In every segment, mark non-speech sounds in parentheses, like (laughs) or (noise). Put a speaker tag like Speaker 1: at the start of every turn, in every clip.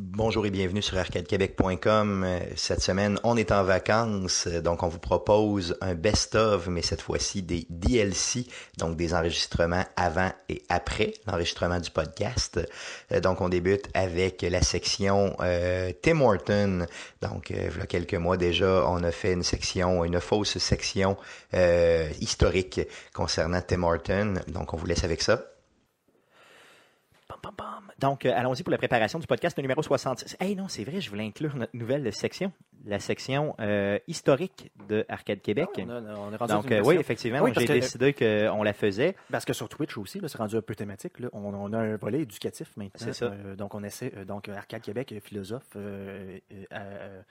Speaker 1: Bonjour et bienvenue sur arcadequebec.com. Euh, Cette semaine, on est en vacances, euh, donc on vous propose un best-of, mais cette fois-ci des DLC, donc des enregistrements avant et après l'enregistrement du podcast. Euh, Donc on débute avec la section euh, Tim Horton. Donc euh, il y a quelques mois déjà, on a fait une section, une fausse section euh, historique concernant Tim Horton. Donc on vous laisse avec ça.
Speaker 2: Donc, euh, allons-y pour la préparation du podcast le numéro 66. Hey non, c'est vrai, je voulais inclure notre nouvelle section, la section euh, historique de Arcade Québec.
Speaker 3: Ah, on a- on est rendu
Speaker 2: Donc,
Speaker 3: à une
Speaker 2: euh, oui,
Speaker 3: version-
Speaker 2: effectivement,
Speaker 3: Oui,
Speaker 2: j'ai
Speaker 3: parce que-
Speaker 2: décidé qu'on la faisait.
Speaker 3: Parce que sur Twitch aussi, là, c'est rendu un peu thématique. là. On, on a un volet éducatif maintenant.
Speaker 2: C'est ça.
Speaker 3: Euh, donc, on essaie. euh, donc, Arcade Québec, euh, philosophe. euh, euh, euh,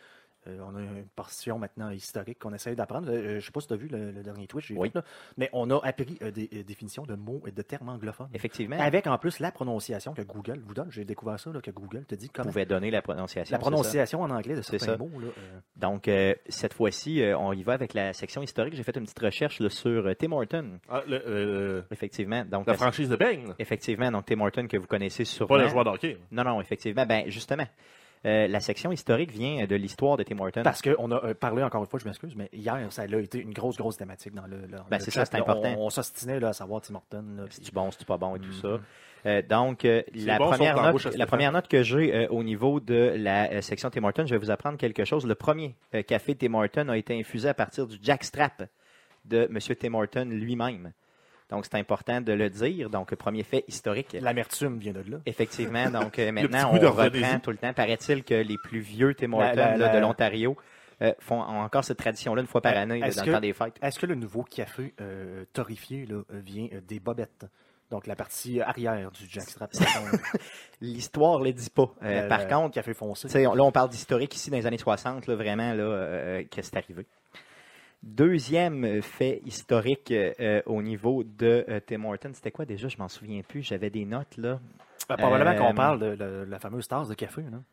Speaker 3: euh, on a une portion maintenant historique qu'on essaie d'apprendre. Euh, je ne sais pas si tu as vu le, le dernier Twitch, j'ai
Speaker 2: Oui.
Speaker 3: fait, là. mais on a appris euh, des euh, définitions de mots et de termes anglophones.
Speaker 2: Effectivement,
Speaker 3: Avec en plus la prononciation que Google vous donne. J'ai découvert ça, là, que Google te dit
Speaker 2: on
Speaker 3: comment.
Speaker 2: pouvait donner la prononciation.
Speaker 3: La
Speaker 2: c'est ça.
Speaker 3: prononciation en anglais de
Speaker 2: C'est
Speaker 3: certains
Speaker 2: ça.
Speaker 3: mots. là, euh,
Speaker 2: Donc, euh, cette fois-ci, euh, on y va avec la section historique. J'ai fait une petite recherche là, sur euh, Tim Horton,
Speaker 4: Ah, le- euh,
Speaker 2: effectivement. Donc,
Speaker 4: la
Speaker 2: la-
Speaker 4: franchise de Bang,
Speaker 2: Effectivement, donc Tim Horton que vous connaissez sur
Speaker 4: pas le joueur d'hockey. hein.
Speaker 2: Non, non, effectivement. Ben, justement, euh, la section historique vient de l'histoire de Tim Horton.
Speaker 3: Parce qu'on a euh, parlé encore une fois, je m'excuse, mais hier, ça a été une grosse, grosse thématique dans le. le-
Speaker 2: Ben,
Speaker 3: le
Speaker 2: c'est
Speaker 3: chat,
Speaker 2: ça, c'est
Speaker 3: là.
Speaker 2: important. Mm-hmm.
Speaker 3: On, on s'ostinait là, à savoir Tim Horton. là,
Speaker 2: c'est
Speaker 3: puis-
Speaker 2: du bon, c'est du pas bon et tout
Speaker 3: Mhm.
Speaker 2: ça. Euh, donc, euh,
Speaker 4: C'est
Speaker 2: la,
Speaker 4: bon, sauf
Speaker 2: première
Speaker 4: dans la
Speaker 2: note,
Speaker 4: bouche à
Speaker 2: la
Speaker 4: Stéphane.
Speaker 2: première note que j'ai euh, au niveau de la euh, section Tim Horton, je vais vous apprendre quelque chose. Le premier euh, café Tim Horton a été infusé à partir du jackstrap de M. Tim Horton lui-même. Donc, c'est important de le dire. Donc, premier fait historique.
Speaker 3: L'amertume vient de là.
Speaker 2: Effectivement,
Speaker 3: (laughs)
Speaker 2: donc euh,
Speaker 4: petit
Speaker 2: maintenant,
Speaker 4: bout
Speaker 2: on
Speaker 4: de
Speaker 2: reprend
Speaker 4: Rhodésie.
Speaker 2: tout le temps. Paraît-il que les plus vieux Tim
Speaker 3: La-
Speaker 2: Hortons
Speaker 3: la-
Speaker 2: là, de
Speaker 3: la-
Speaker 2: l'Ontario euh, font ont encore cette tradition-là une fois par
Speaker 3: Euh,
Speaker 2: année là,
Speaker 3: est-ce
Speaker 2: dans
Speaker 3: que-
Speaker 2: le temps des fêtes.
Speaker 3: Est-ce que le nouveau café euh, torréfié là, euh, vient euh, des bobettes? Donc, la partie arrière du jackstrap.
Speaker 2: (laughs) L'histoire le dit pas. Euh,
Speaker 3: Le-
Speaker 2: par
Speaker 3: le
Speaker 2: contre,
Speaker 3: café foncé.
Speaker 2: tu sais, on- là, on parle d'historique ici dans les années 60, là, vraiment, là, euh, euh, que c'est arrivé. Deuxième euh, fait historique euh, euh, au niveau de euh, Tim Hortons, c'était quoi déjà? Je m'en souviens plus. J'avais des notes, là.
Speaker 3: Ben, probablement
Speaker 2: Euh,
Speaker 3: qu'on parle de la, la fameuse tasse de café. non?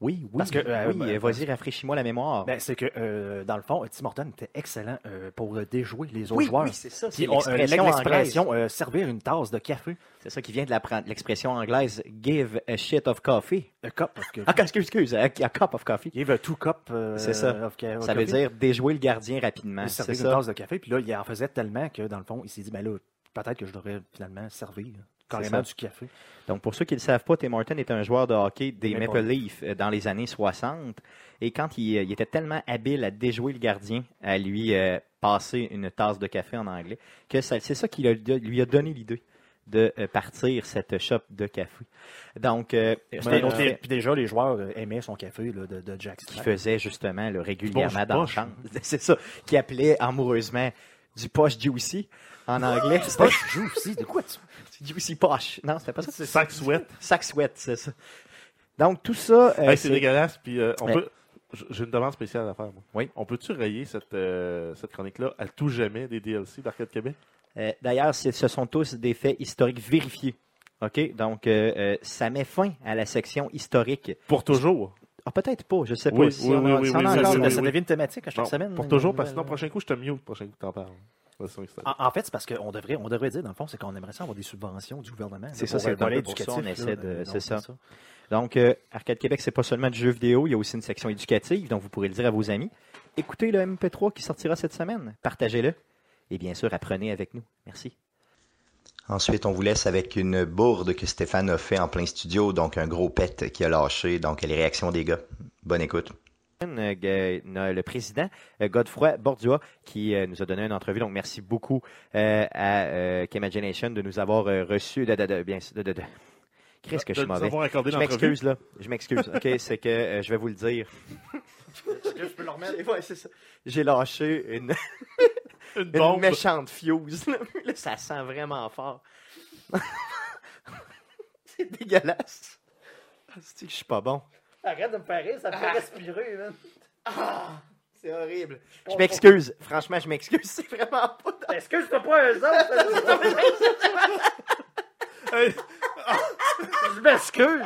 Speaker 2: Oui, oui.
Speaker 3: Parce que, euh,
Speaker 2: oui,
Speaker 3: euh,
Speaker 2: euh, vas-y, rafraîchis-moi la mémoire.
Speaker 3: Ben, c'est que, euh, dans le fond, Tim Horton était excellent euh, pour euh, déjouer les autres
Speaker 2: oui,
Speaker 3: joueurs.
Speaker 2: oui, c'est ça.
Speaker 3: Puis
Speaker 2: C'est
Speaker 3: on- euh,
Speaker 2: l'expression anglaise.
Speaker 3: l'expression euh, servir une tasse de café.
Speaker 2: C'est ça qui vient de l'apprendre, l'expression anglaise give a shit of coffee.
Speaker 3: A cup of coffee.
Speaker 2: Ah, (laughs) excuse, excuse, a, a cup of coffee.
Speaker 3: Give a two cup euh,
Speaker 2: C'est ça.
Speaker 3: of ca- of
Speaker 2: Ça veut
Speaker 3: coffee.
Speaker 2: dire déjouer le gardien rapidement.
Speaker 3: Il
Speaker 2: C'est
Speaker 3: servait une
Speaker 2: ça.
Speaker 3: tasse de café, puis là, il en faisait tellement que, dans le fond, il s'est dit, ben là, peut-être que je devrais finalement servir
Speaker 2: ça.
Speaker 3: carrément du café.
Speaker 2: Donc, pour ceux qui ne le savent pas, Tim Horton est un joueur de hockey des
Speaker 3: Des
Speaker 2: Maple
Speaker 3: Maple
Speaker 2: Leafs euh, dans les années 60. Et quand il, euh, il était tellement habile à déjouer le gardien, à lui euh, passer une tasse de café en anglais, que ça- c'est ça qui lui a- lui a donné l'idée de euh, partir cette shop de café. Donc, euh, c'est
Speaker 3: Puis,
Speaker 2: un autre
Speaker 3: puis-
Speaker 2: fait
Speaker 3: puis déjà, les joueurs euh, aimaient son café là, de, de Jack
Speaker 2: qui
Speaker 3: Strack.
Speaker 2: faisait justement le régulièrement
Speaker 4: du
Speaker 2: dans le
Speaker 4: poche.
Speaker 2: champ. (laughs) C'est ça, qui appelait amoureusement du poche juicy en anglais. C'était
Speaker 3: Tu joues aussi, de quoi tu...
Speaker 2: (laughs) juicy poche. Non, c'était pas ça.
Speaker 4: Sac sweat.
Speaker 2: Sac sweat, c'est ça. Donc tout ça, euh,
Speaker 4: Hey,
Speaker 2: c'est-
Speaker 4: c'est dégueulasse. Puis euh, on
Speaker 2: Ouais.
Speaker 4: peut. j- J'ai une demande spéciale à faire. Moi.
Speaker 2: Oui.
Speaker 4: On peut-tu rayer cette, euh, cette chronique-là à tout jamais des DLC d'Arcade Québec
Speaker 2: euh, d'ailleurs, c'est- ce sont tous des faits historiques vérifiés. OK? Donc, euh, euh, ça met fin à la section historique.
Speaker 4: Pour toujours.
Speaker 2: Ah, peut-être pas, je sais pas.
Speaker 4: Oui,
Speaker 2: si
Speaker 4: oui,
Speaker 2: on a,
Speaker 4: oui,
Speaker 2: si
Speaker 4: oui,
Speaker 2: on a
Speaker 4: oui,
Speaker 2: encore-
Speaker 4: oui,
Speaker 3: Ah, ça,
Speaker 4: oui,
Speaker 3: ça
Speaker 4: oui.
Speaker 3: devient une thématique à chaque
Speaker 4: Non,
Speaker 3: semaine.
Speaker 4: pour
Speaker 3: une
Speaker 4: toujours, parce que sinon,
Speaker 3: nouvelle,
Speaker 2: euh,
Speaker 4: prochain coup, je te mute. Prochain coup, t'en parles. Façon
Speaker 3: euh,
Speaker 4: extérieure.
Speaker 3: En, en fait, c'est parce qu'on devrait, on devrait dire, dans le fond, c'est qu'on aimerait ça avoir des subventions du gouvernement. là,
Speaker 2: C'est ça,
Speaker 3: pour
Speaker 2: c'est
Speaker 3: le
Speaker 2: un peu
Speaker 3: volet
Speaker 2: pour ça,
Speaker 3: éducatif,
Speaker 2: on essaie
Speaker 3: là,
Speaker 2: de-
Speaker 3: euh,
Speaker 2: c'est
Speaker 3: donc,
Speaker 2: ça. Donc, euh, Arcade Québec, c'est pas seulement du jeu vidéo, il y a aussi une section éducative, donc vous pourrez le dire à vos amis. Écoutez le MP3 qui sortira cette semaine, partagez-le et bien sûr, apprenez avec nous. Merci.
Speaker 1: Ensuite, on vous laisse avec une bourde que Stéphane a fait en plein studio, donc un gros pet qui a lâché, donc les réactions des gars. Bonne écoute.
Speaker 2: Euh, euh, Le président euh, Godefroy Bordua qui euh, nous a donné une entrevue. Donc, merci beaucoup euh, à euh, Imagination de nous avoir euh, reçus. De, de, de- bien sûr, de- de- de- Qu'est-ce que je
Speaker 4: De
Speaker 2: suis
Speaker 4: nous
Speaker 2: mauvais?
Speaker 4: avoir accordé
Speaker 2: Je
Speaker 4: l'entrevue.
Speaker 2: m'excuse, là. Je m'excuse. OK, (laughs) c'est que euh, je vais vous le dire. (laughs) Ouais, c'est ça. J'ai lâché une,
Speaker 4: Une
Speaker 2: une
Speaker 4: bombe.
Speaker 2: méchante fuse. Là. (laughs) Là, ça sent vraiment fort. (laughs) c'est dégueulasse. Ah, cest que je suis pas bon?
Speaker 5: Arrête de me faire rire, ça me
Speaker 3: Ah.
Speaker 5: fait respirer, man.
Speaker 6: Ah,
Speaker 2: C'est horrible. Je m'excuse. Franchement, je m'excuse.
Speaker 6: (laughs)
Speaker 2: C'est vraiment
Speaker 4: (laughs)
Speaker 2: pas...
Speaker 5: Excuse-toi pas, eux autres. là.
Speaker 4: (laughs) Hey,
Speaker 5: Je m'excuse.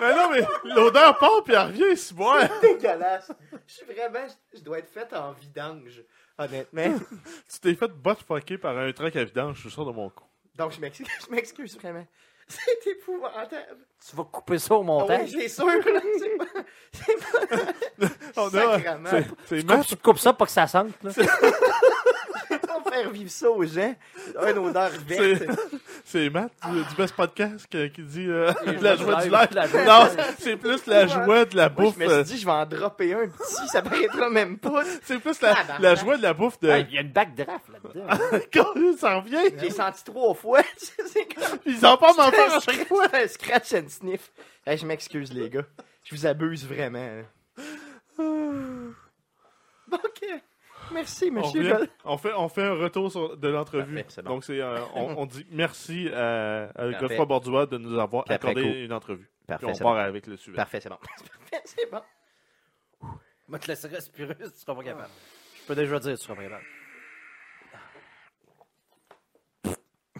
Speaker 4: mais non, mais l'odeur part, puis elle revient, c'est moi.
Speaker 2: dégueulasse. Je suis vraiment. Je dois être faite en vidange. Honnêtement.
Speaker 4: (laughs) tu t'es fait bot fucker par un truck à vidange, je suis sûr de mon coup.
Speaker 6: Donc, je m'excuse, je m'excuse vraiment. (laughs) C'est épouvantable.
Speaker 3: Tu vas couper ça au
Speaker 6: Ah oui,
Speaker 3: montage.
Speaker 6: c'est sûr. là, C'est pas... C'est pas...
Speaker 4: (laughs) On a-
Speaker 6: Sacrement.
Speaker 4: C'est- C'est
Speaker 3: Coupe-
Speaker 4: Matt.
Speaker 3: tu coupes ça pour que ça sente. là.
Speaker 6: Faut faire vivre ça aux gens. Une
Speaker 4: (laughs)
Speaker 6: odeur verte.
Speaker 4: C'est Matt du, du Best Podcast que- qui dit euh,
Speaker 3: Les
Speaker 4: de (laughs) la
Speaker 3: joies
Speaker 4: joie
Speaker 3: du
Speaker 4: du
Speaker 3: live.
Speaker 4: live. Non, c'est plus la joie de la
Speaker 6: Moi,
Speaker 4: bouffe.
Speaker 6: je me
Speaker 4: euh,
Speaker 6: suis dit, je vais en dropper un petit, ça paraîtra même pas.
Speaker 4: C'est plus la,
Speaker 6: Tabarnak.
Speaker 4: la joie de la bouffe de.
Speaker 3: Hey, Il y a une backdraft là-dedans.
Speaker 4: (laughs) Quand ça revient, (laughs)
Speaker 6: J'ai senti trois fois. (laughs) C'est comme
Speaker 4: ils en parlent
Speaker 2: (laughs)
Speaker 4: encore à chaque
Speaker 6: chaque fois un scratch and sniff. Hey, je m'excuse, les gars. Je vous abuse (sighs)
Speaker 2: hein.
Speaker 6: vraiment. Donc, euh, merci,
Speaker 4: on,
Speaker 6: monsieur.
Speaker 4: revient.
Speaker 6: Gol-
Speaker 4: on fait, on fait un retour sur- de l'entrevue.
Speaker 2: Parfait, c'est bon.
Speaker 4: Donc, c'est, euh, on, on dit merci à, à
Speaker 2: Parfait.
Speaker 4: Geoffroy Borduas de nous avoir
Speaker 2: Puis après
Speaker 4: accordé
Speaker 2: coup.
Speaker 4: une entrevue. Puis
Speaker 2: Parfait,
Speaker 4: on
Speaker 2: c'est
Speaker 4: part
Speaker 2: bon.
Speaker 4: avec le suivant.
Speaker 2: Parfait,
Speaker 6: (laughs)
Speaker 2: c'est bon.
Speaker 6: C'est bon.
Speaker 3: Je vais te laisser respirer si tu seras pas capable. Ah. Je peux déjà dire si tu seras pas capable.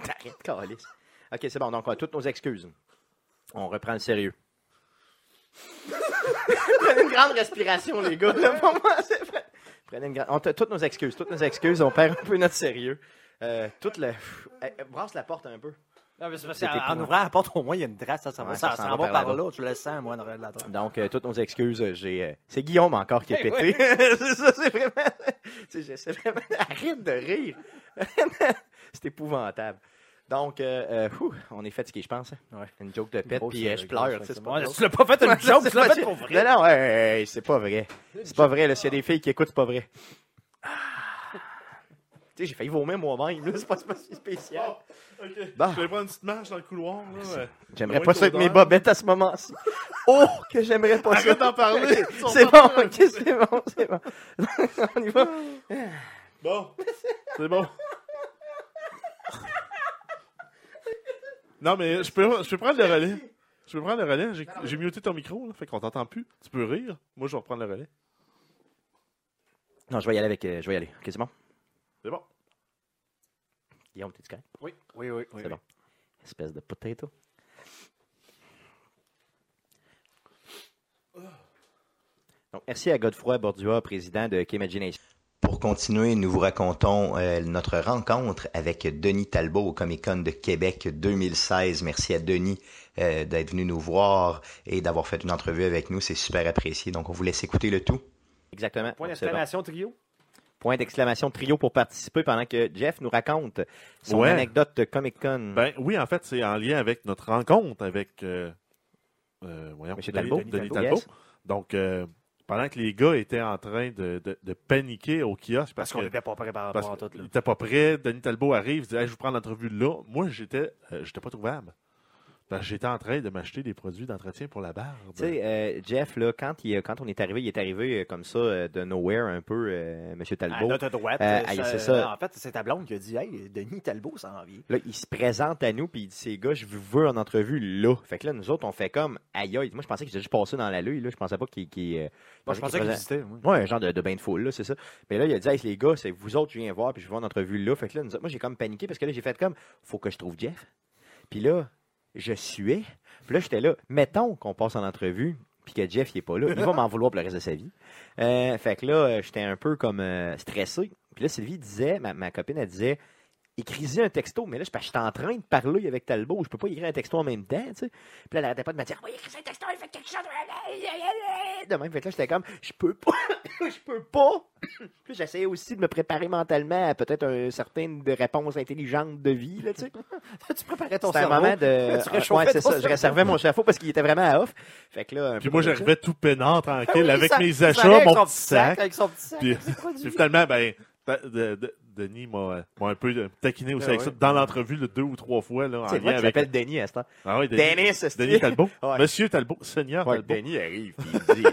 Speaker 2: T'arrêtes, calice. OK, c'est bon. Donc, on a toutes nos excuses. On reprend le sérieux.
Speaker 6: Prenez une grande respiration, les gars. Là, pour moi, c'est fait.
Speaker 2: Prenez une grande... On t'a- toutes nos excuses, toutes nos excuses. On perd un peu notre sérieux. Euh, toute la... Pff, eh, eh, brasse la porte un peu.
Speaker 3: Non, mais c'est parce
Speaker 2: C'est
Speaker 3: qu'en en
Speaker 2: épouvantable.
Speaker 3: ouvrant la porte, au moins, il y a une trace, ça s'en va.
Speaker 2: Ouais,
Speaker 3: Ça,
Speaker 2: ça
Speaker 3: s'en va par, là. Tu le sens, moi, en arrière de la trace.
Speaker 2: Donc, euh, toutes nos excuses, euh, j'ai... euh, C'est Guillaume encore (laughs) qui est
Speaker 6: Eh
Speaker 2: pété. c'est ça, c'est vraiment... (laughs) c'est- J'essaie vraiment... (laughs) Arrête de rire! (laughs) c'est épouvantable. Donc, euh, euh, whew, on est fatigué, je pense. hein.
Speaker 3: Ouais.
Speaker 2: Une joke de pète,
Speaker 3: Grosse
Speaker 2: puis euh, je
Speaker 3: série,
Speaker 2: pleure.
Speaker 3: grosse
Speaker 2: tu sais, c'est pas
Speaker 3: série.
Speaker 2: drôle.
Speaker 3: Tu l'as pas fait une
Speaker 2: (laughs)
Speaker 3: joke, tu l'as fait pour vrai.
Speaker 2: Non, non, hey, hey, hey, c'est pas vrai. C'est pas vrai, là. S'il y a des filles qui écoutent, c'est pas vrai. Ah. Tu sais, j'ai failli vomir moi-même, là. C'est pas, c'est pas si spécial.
Speaker 4: Ok.
Speaker 2: Bon.
Speaker 4: Je vais prendre une petite marche dans le couloir. là, ouais.
Speaker 2: J'aimerais
Speaker 4: Loin
Speaker 2: pas ça
Speaker 4: de
Speaker 2: être mes
Speaker 4: l'odeur.
Speaker 2: bobettes à ce moment-ci. Oh, que j'aimerais pas ça.
Speaker 4: (laughs) Arrête d'en
Speaker 2: (laughs)
Speaker 4: parler.
Speaker 2: Ah C'est bon, ok, c'est bon, c'est bon. (laughs) On y va.
Speaker 4: Bon. C'est bon. Non, mais je peux, je peux prendre le relais. Je peux prendre le relais. J'ai- J'ai muté ton micro, là, fait qu'on t'entend plus. Tu peux rire. Moi, je vais reprendre le relais.
Speaker 2: Non, je vais y aller avec. euh, je vais y aller. Ok, c'est bon.
Speaker 4: C'est bon.
Speaker 2: Guillaume, t'es-tu correct?
Speaker 3: Oui, oui, oui. oui.
Speaker 2: C'est bon. Espèce de potato. Donc, merci à Godefroy Bordua, président de K-Imagination.
Speaker 1: Pour continuer, nous vous racontons euh, notre rencontre avec Denis Talbot au Comic Con de Québec 2016. Merci à Denis euh, d'être venu nous voir et d'avoir fait une entrevue avec nous. C'est super apprécié. Donc, on vous laisse écouter le tout.
Speaker 2: Exactement.
Speaker 3: Point
Speaker 2: Donc, c'est bon.
Speaker 3: d'exclamation trio.
Speaker 2: Point d'exclamation trio pour participer pendant que Jeff nous raconte son
Speaker 4: Ouais.
Speaker 2: anecdote de Comic Con.
Speaker 4: Ben oui, en fait, c'est en lien avec notre rencontre avec euh, euh, voyons,
Speaker 2: Monsieur
Speaker 4: Denis-
Speaker 2: Talbot.
Speaker 4: Denis
Speaker 2: Talbot,
Speaker 4: Talbot.
Speaker 2: yes.
Speaker 4: Donc, euh, pendant que les gars étaient en train de, de- de paniquer au
Speaker 3: Parce
Speaker 4: kiosque parce,
Speaker 3: qu'on
Speaker 4: que
Speaker 3: n'était pas préparé
Speaker 4: parce
Speaker 3: à tout.
Speaker 4: qu'il
Speaker 3: là.
Speaker 4: était pas prêt, Denis Talbot arrive, il dit Hey, je vous prends l'entrevue là. Moi, j'étais euh, j'étais pas trouvable. Parce que J'étais en train de m'acheter des produits d'entretien pour la barbe.
Speaker 2: Tu sais, euh, Jeff, là, quand, il, quand on est arrivé, il est arrivé euh, comme ça, euh, de nowhere un peu, euh, Monsieur
Speaker 3: À
Speaker 2: Talbot.
Speaker 3: notre droite.
Speaker 2: Euh,
Speaker 3: euh,
Speaker 2: hey,
Speaker 3: ça-
Speaker 2: c'est ça.
Speaker 3: En fait, c'est ta blonde qui a dit Hey, Denis Talbot s'en vient.
Speaker 2: Là, il se présente à nous puis il dit ces gars, je vous veux en entrevue là. Fait que là, nous autres, on fait comme aïe aïe. Moi, je pensais qu'il était juste passé dans la lue. Là. Je pensais pas qu'il. qu'il, euh,
Speaker 3: Moi, je pensais
Speaker 2: qu'il
Speaker 3: qu'il
Speaker 2: faisait-
Speaker 3: existait. moi.
Speaker 2: Ouais, un genre de, de bain de foule, là, c'est ça. Mais là, il a dit, hey, les gars, c'est vous autres, je viens voir, puis je vais en entrevue là. Fait que là, nous autres- moi, j'ai comme paniqué parce que là, j'ai fait comme, faut que je trouve Jeff. Puis là, je suais. Puis là, j'étais là, mettons qu'on passe en entrevue, puis que Jeff, il est pas là. Il va m'en vouloir pour le reste de sa vie. Euh, fait que là, euh, j'étais un peu comme euh, stressé. Puis là, Sylvie disait, ma, ma copine, elle disait, écris un texto. Mais là, je parce que j'étais en train de parler avec Talbot, je peux pas écrire un texto en même temps, tu sais. Puis là, elle arrêtait pas de me dire, oui, écris un texto, il fait quelque chose. De même, fait que là, j'étais comme, je peux pas, (coughs) je peux pas. (coughs) Puis là, j'essayais aussi de me préparer mentalement à peut-être un certain de réponse intelligente de vie, là, tu sais.
Speaker 3: (laughs) tu préparais ton
Speaker 2: C'était un
Speaker 3: cerveau.
Speaker 2: moment de.
Speaker 3: Tu réchauffais
Speaker 2: Euh, Ouais, c'est
Speaker 3: ton
Speaker 2: ça. Je
Speaker 3: cerveau.
Speaker 2: réservais mon chapeau parce qu'il était vraiment à off. Fait que là. un
Speaker 4: Puis
Speaker 2: peu
Speaker 4: moi,
Speaker 2: comme ça.
Speaker 4: j'arrivais tout peinant, tranquille,
Speaker 3: Oui,
Speaker 4: avec
Speaker 3: ça-
Speaker 4: mes
Speaker 3: ça
Speaker 4: achats,
Speaker 3: allait
Speaker 4: mon
Speaker 3: avec son
Speaker 4: petit sac.
Speaker 3: Avec son petit sac.
Speaker 4: Puis-
Speaker 3: ses produits.
Speaker 4: Puis finalement, ben, ta- de- de- Denis m'a m'a un peu euh, taquiné aussi
Speaker 2: Ah
Speaker 4: avec
Speaker 2: ouais.
Speaker 4: ça dans l'entrevue là, deux ou trois fois. Là, en
Speaker 2: C'est
Speaker 4: lien
Speaker 2: vrai que
Speaker 4: avec...
Speaker 2: j'appelle Denis à ce temps.
Speaker 4: Ah ouais, Denis,
Speaker 2: Denis, c'est
Speaker 4: Denis Talbot.
Speaker 2: (laughs) Ouais.
Speaker 4: Monsieur Talbot. Seigneur
Speaker 2: Ouais,
Speaker 4: Talbot.
Speaker 2: Denis arrive. puis il (laughs) dit-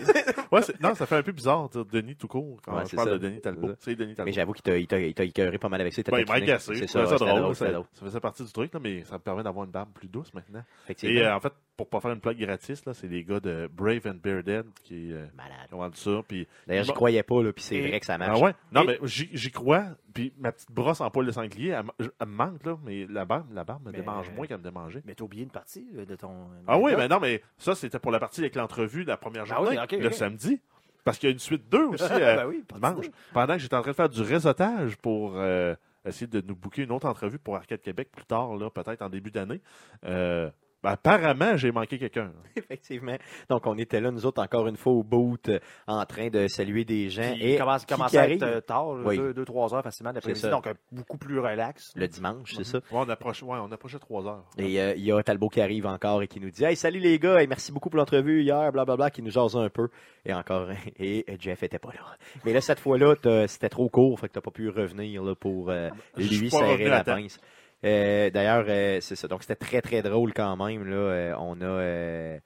Speaker 4: Ouais, c'est- non, ça fait un peu bizarre de dire Denis tout court quand
Speaker 2: Ouais,
Speaker 4: je
Speaker 2: c'est
Speaker 4: parle
Speaker 2: ça.
Speaker 4: de Denis Talbot.
Speaker 2: C'est ça.
Speaker 4: C'est Denis
Speaker 2: Mais
Speaker 4: Talbot.
Speaker 2: j'avoue qu'il t'a- il t'a il t'a écœuré pas mal avec ça. il t'a
Speaker 4: Ben, il m'a
Speaker 2: taquiné.
Speaker 4: agacé.
Speaker 2: C'est
Speaker 4: C'est
Speaker 2: ça,
Speaker 4: ça,
Speaker 2: c'était drôle.
Speaker 4: drôle.
Speaker 2: c'était
Speaker 4: Ça,
Speaker 2: drôle.
Speaker 4: ça faisait partie du truc, là, mais ça me permet d'avoir une barbe plus douce maintenant. Et
Speaker 2: Effectivement.
Speaker 4: euh, en fait, pour pas faire une plaque gratuite, là, c'est les gars de Brave and Bear Dead qui euh,
Speaker 2: Malade.
Speaker 4: qui ont vendu ça. Puis
Speaker 2: D'ailleurs, j'y
Speaker 4: bon.
Speaker 2: croyais pas, là, puis c'est
Speaker 4: Et-
Speaker 2: vrai que ça marche.
Speaker 4: Ah ouais? Non,
Speaker 2: Et-
Speaker 4: mais j'y j'y crois. Puis ma petite brosse en poil de sanglier, elle, m- je- elle me manque, là, mais la barbe, la barbe me
Speaker 2: Ben,
Speaker 3: Mais-
Speaker 2: euh,
Speaker 4: démange moins qu'elle me démangeait.
Speaker 3: Mais t'as oublié une partie euh, de ton.
Speaker 4: Ah oui, mais non, mais ça, c'était pour la partie avec l'entrevue de la première
Speaker 3: Ah oui,
Speaker 4: journée,
Speaker 3: ok,
Speaker 4: le
Speaker 3: ok.
Speaker 4: samedi.
Speaker 3: (laughs)
Speaker 4: Parce qu'il y a une suite 2 aussi, euh,
Speaker 3: Ben oui, partie
Speaker 4: dimanche. Pendant que j'étais en train de faire du réseautage pour euh, essayer de nous booker une autre entrevue pour Arcade Québec plus tard, là, peut-être en début d'année. Euh, ben, apparemment, j'ai manqué quelqu'un.
Speaker 2: (laughs) Effectivement. Donc, on était là, nous autres, encore une fois, au boot, euh, en train de saluer des gens.
Speaker 3: Puis,
Speaker 2: Hein, et
Speaker 3: commence,
Speaker 2: qui
Speaker 3: commence
Speaker 2: qui
Speaker 3: à
Speaker 2: arrive?
Speaker 3: être euh, tard, 2-3
Speaker 2: Oui.
Speaker 3: heures facilement l'après-midi,
Speaker 2: ça.
Speaker 3: donc euh, beaucoup plus relax.
Speaker 2: le dimanche, c'est ça.
Speaker 4: Ouais, on approche, ouais, on approche à 3 heures.
Speaker 2: Et euh, il y a Talbot qui arrive encore et qui nous dit Hey, salut les gars, et merci beaucoup pour l'entrevue hier, blablabla, qui nous jase un peu. Et encore, (laughs) et Jeff était pas là. Mais là, cette fois-là, t'as- c'était trop court, fait que t'as pas pu revenir là, pour euh,
Speaker 4: Ah, Je suis
Speaker 2: lui
Speaker 4: pas
Speaker 2: serrer
Speaker 4: revenu à
Speaker 2: la
Speaker 4: temps.
Speaker 2: pince. Euh, D'ailleurs, euh, c'est ça. Donc, c'était très, très drôle quand même. Là. Euh, on, a, euh,